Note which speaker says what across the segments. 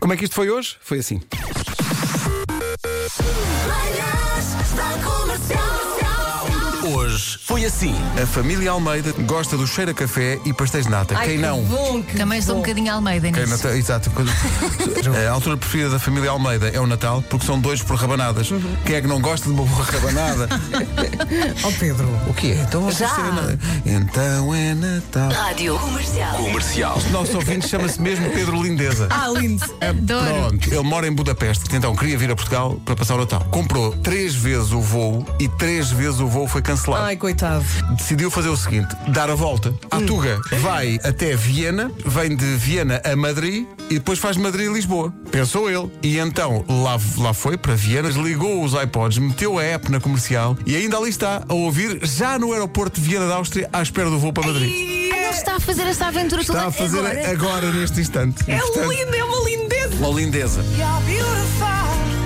Speaker 1: Como é que isto foi hoje? Foi assim.
Speaker 2: Manhãs da comercial.
Speaker 3: Hoje foi assim.
Speaker 1: A família Almeida gosta do cheiro a café e pastéis de nata. Quem não?
Speaker 4: Bom, que
Speaker 5: Também sou um
Speaker 4: bom.
Speaker 5: bocadinho Almeida
Speaker 1: Quem
Speaker 5: nisso.
Speaker 1: não tem- exato. Quando- a altura preferida da família Almeida é o Natal, porque são dois por rabanadas.
Speaker 4: Uhum.
Speaker 1: Quem é que não gosta de uma boa rabanada?
Speaker 4: Oh, Pedro.
Speaker 1: o que é? Então,
Speaker 4: Já.
Speaker 1: é na- então é Natal.
Speaker 5: Rádio comercial.
Speaker 3: Comercial.
Speaker 1: Nosso ouvinte chama-se mesmo Pedro Lindeza.
Speaker 4: Ah, lindo.
Speaker 5: Adoro.
Speaker 1: Pronto, ele mora em Budapeste, então queria vir a Portugal para passar o Natal. Comprou três vezes o voo e três vezes o voo foi cancelado.
Speaker 4: Ai, coitado. Hum.
Speaker 1: Decidiu fazer o seguinte: dar a volta à Tuga. Vai até Viena, vem de Viena a Madrid e depois faz Madrid-Lisboa. Pensou ele. E então lá, lá foi para Viena, desligou os iPods, meteu a app na comercial e ainda ali está a ouvir, já no aeroporto de Viena da Áustria, à espera do voo para Madrid.
Speaker 5: Ah, Ele está a fazer esta aventura
Speaker 1: Está
Speaker 5: toda
Speaker 1: a fazer agora,
Speaker 5: agora.
Speaker 1: neste instante.
Speaker 4: É
Speaker 1: Portanto,
Speaker 4: lindo, é uma lindeza.
Speaker 1: uma lindeza.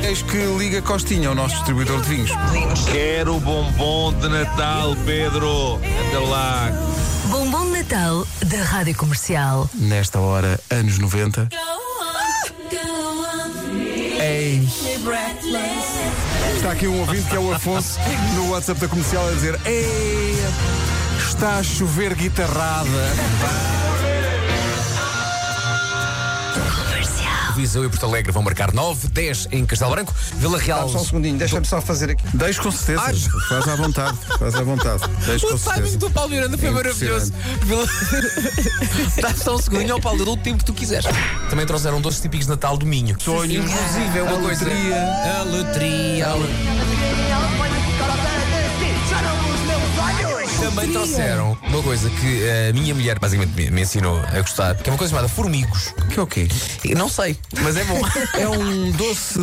Speaker 1: Eis que liga Costinha, o nosso distribuidor de vinhos.
Speaker 6: Quero bombom de Natal, Pedro. Anda lá,
Speaker 5: Bombom de Natal da Rádio Comercial.
Speaker 1: Nesta hora, anos 90. Ei. Está aqui um ouvinte que é o Afonso no WhatsApp da comercial a dizer: Ei, está a chover guitarrada.
Speaker 3: Viseu e Porto Alegre vão marcar 9, 10 em Castelo Branco, Vila Real.
Speaker 7: Só um segundinho, deixa-me só fazer aqui.
Speaker 1: Deixe com certeza. Faz à vontade. Faz à vontade. Deixe com
Speaker 8: O timing
Speaker 1: certeza. É
Speaker 8: do Paulo Miranda foi maravilhoso. Dá só um segundinho ao Paulo, dá o tempo que tu quiseres. Também trouxeram doces típicos de Natal do Minho.
Speaker 1: Sonho.
Speaker 8: Inclusive, é uma coisa. A loteria. Também trouxeram uma coisa que a minha mulher basicamente me, me ensinou a gostar, que é uma coisa chamada formigos.
Speaker 1: Que é o quê?
Speaker 8: E Não sei, mas é bom.
Speaker 1: É um doce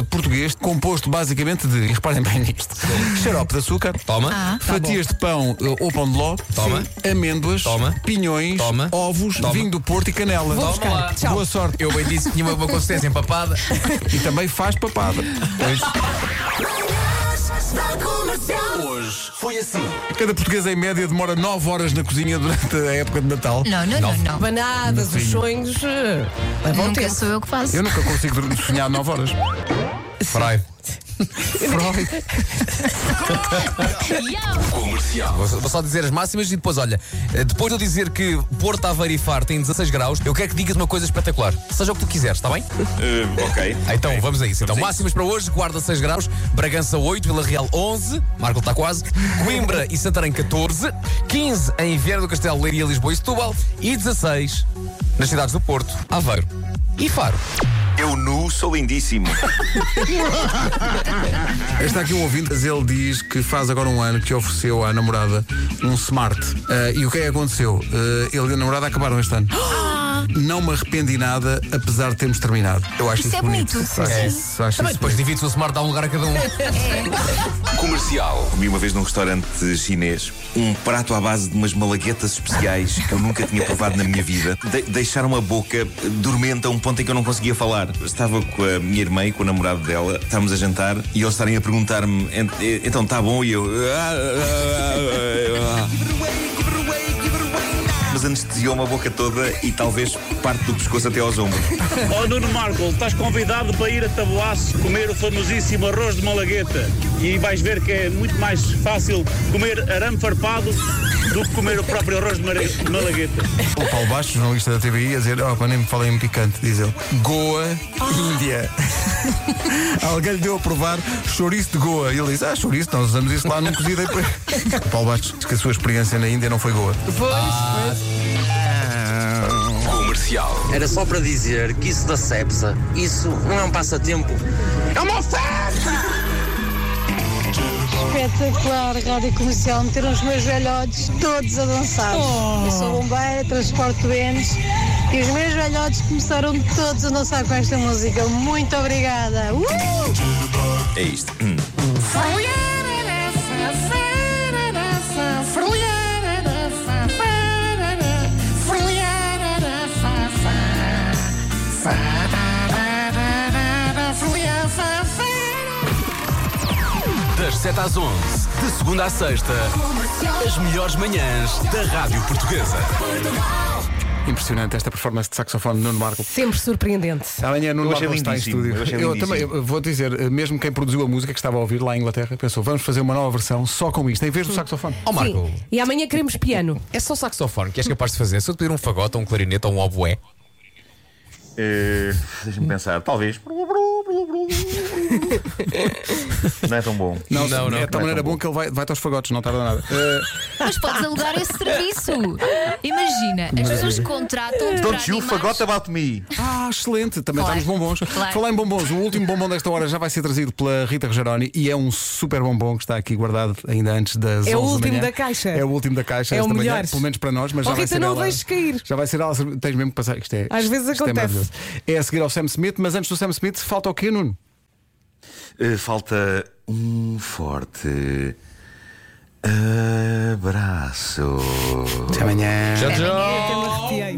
Speaker 1: eh, português composto basicamente de, e reparem bem nisto, xarope de açúcar,
Speaker 8: Toma.
Speaker 1: fatias de pão eh, ou pão de ló,
Speaker 8: Toma.
Speaker 1: Sim. amêndoas,
Speaker 8: Toma.
Speaker 1: pinhões,
Speaker 8: Toma.
Speaker 1: ovos,
Speaker 8: Toma.
Speaker 1: vinho do Porto e canela.
Speaker 8: Toma buscar. lá. Tchau.
Speaker 1: Boa sorte.
Speaker 8: Eu bem disse que tinha uma, uma consistência empapada.
Speaker 1: E também faz papada.
Speaker 2: Manhãs da comercial.
Speaker 3: Hoje foi assim.
Speaker 1: Cada português em média demora 9 horas na cozinha durante a época de Natal.
Speaker 5: Não, não, não, não.
Speaker 4: Banadas, os sonhos. eh, Levam
Speaker 5: Nunca
Speaker 4: tempo.
Speaker 5: sou eu que faço.
Speaker 1: Eu nunca consigo dur- sonhar 9 horas.
Speaker 8: Freud.
Speaker 1: Freud.
Speaker 3: Comercial.
Speaker 8: Vou só- vou só dizer as máximas e depois, olha, eh, depois de eu dizer que Porto Aveiro e Faro têm 16 graus, eu quero que digas uma coisa espetacular. Seja o que tu quiseres, está bem?
Speaker 6: Hum, ok.
Speaker 8: Ah, Então, vamos a isso. Então,
Speaker 6: a isso.
Speaker 8: máximas para hoje, Guarda 6 graus, Bragança 8, Vila Real 11, Marco está quase, Coimbra e Santarém 14, 15 em Viana do Castelo, Leiria, Lisboa e Setúbal e 16 nas cidades do Porto, Aveiro e Faro.
Speaker 6: Eu nu sou lindíssimo.
Speaker 1: Está aqui um ouvinte, mas ele diz que faz agora um ano que ofereceu à namorada um smart. Ah, e o que é que aconteceu? Ah, ele e a namorada acabaram este ano.
Speaker 5: Ah!
Speaker 1: Não me arrependi nada, apesar de termos terminado. Eu acho
Speaker 5: Isso
Speaker 1: isso,
Speaker 5: é bonito, sim,
Speaker 1: Acho
Speaker 5: sim.
Speaker 1: isso- acho
Speaker 8: Também
Speaker 1: isso
Speaker 8: depois divide-se o smart, dá um lugar a cada um.
Speaker 3: Comercial.
Speaker 6: Comi uma vez num restaurante chinês um prato à base de umas malaguetas especiais que eu nunca tinha provado na minha vida. De- deixaram a boca dormente a um ponto em que eu não conseguia falar. Estava com a minha irmã e com o namorado dela, estávamos a jantar e eles estarem a perguntar-me: "Ent- eh, então está bom? E eu. "Ah, ah, ah, ah." Mas anestesiou-me a boca toda e talvez parte do pescoço até aos ombros.
Speaker 9: Ó Nuno Marco, estás convidado para ir a Taboaço comer o famosíssimo arroz de Malagueta. E vais ver que é muito mais fácil comer arame farpado do que comer o próprio arroz de Mara- de Malagueta.
Speaker 1: O Paulo Baixo, jornalista da TVI, a dizer, oh, pá, nem me falem em picante, diz ele. Goa,
Speaker 5: Ah!
Speaker 1: Índia. Alguém lhe deu a provar chouriço de Goa. E ele diz, ah, chouriço, nós usamos isso lá num cozido. aí para-" O Paulo Baixo diz que a sua experiência na Índia não foi Goa.
Speaker 3: Comercial.
Speaker 10: Era só para dizer que isso da sepsa, isso não é um passatempo. É uma oferta!
Speaker 11: Espetacular, rádio comercial, meteram os meus velhotes todos a dançar. Eu sou bombeira, transporto doentes e os meus velhotes começaram todos a dançar com esta música. Muito obrigada! Uh!
Speaker 6: É isto.
Speaker 3: Das 7 às 11, de segunda à sexta, as melhores manhãs da Rádio Portuguesa.
Speaker 1: Impressionante esta performance de saxofone de Nuno Marco.
Speaker 4: Sempre surpreendente.
Speaker 1: Amanhã Nuno
Speaker 6: Eu achei
Speaker 1: Marco está em
Speaker 6: lindíssimo,
Speaker 1: estúdio.
Speaker 6: eu achei lindíssimo.
Speaker 1: também eu vou dizer, eh, mesmo quem produziu a música que estava a ouvir lá em Inglaterra pensou, vamos fazer uma nova versão só com isto, em vez do saxofone.
Speaker 8: Ó Oh, Marco,
Speaker 4: Sim. E amanhã queremos piano.
Speaker 8: é só saxofone que és capaz de fazer? Se eu te pedir um fagote, ou um clarinete ou um oboé,
Speaker 6: Eh, Deixa-me pensar, talvez. Não é tão bom.
Speaker 1: Não, não,
Speaker 8: não.
Speaker 1: É de tal
Speaker 6: Não é
Speaker 1: maneira
Speaker 6: tão
Speaker 1: bom que ele vai, vai aos fagotes, não tarda nada. Eh,
Speaker 7: Mas podes alugar esse serviço. Imagina, as pessoas contratam. de
Speaker 6: Don't you
Speaker 7: animais.
Speaker 6: forgot about me.
Speaker 1: Ah, excelente! Também está
Speaker 7: Claro,
Speaker 1: nos bombons.
Speaker 7: claro.
Speaker 1: Falar em bombons, o último bombom desta hora já vai ser trazido pela Rita Rogeroni e é um super bombom que está aqui guardado ainda antes das
Speaker 4: É o
Speaker 1: 11
Speaker 4: último
Speaker 1: manhã.
Speaker 4: da caixa.
Speaker 1: É o último da caixa
Speaker 4: É o
Speaker 1: esta manhã,
Speaker 4: melhor.
Speaker 1: pelo menos para nós, mas
Speaker 4: Oh,
Speaker 1: já vai
Speaker 4: Rita,
Speaker 1: ser
Speaker 4: não o
Speaker 1: ela-
Speaker 4: deixes cair.
Speaker 1: Já vai ser ela, tens mesmo que passar. Isto é,
Speaker 4: Às vezes
Speaker 1: isto é
Speaker 4: acontece.
Speaker 1: maravilhoso. É, a seguir ao Sam Smith, mas antes do Sam Smith, falta o quê, Nuno?
Speaker 6: Eh, Falta um forte abraço.
Speaker 1: Até amanhã.
Speaker 7: Amanhã.
Speaker 4: Arrepiei.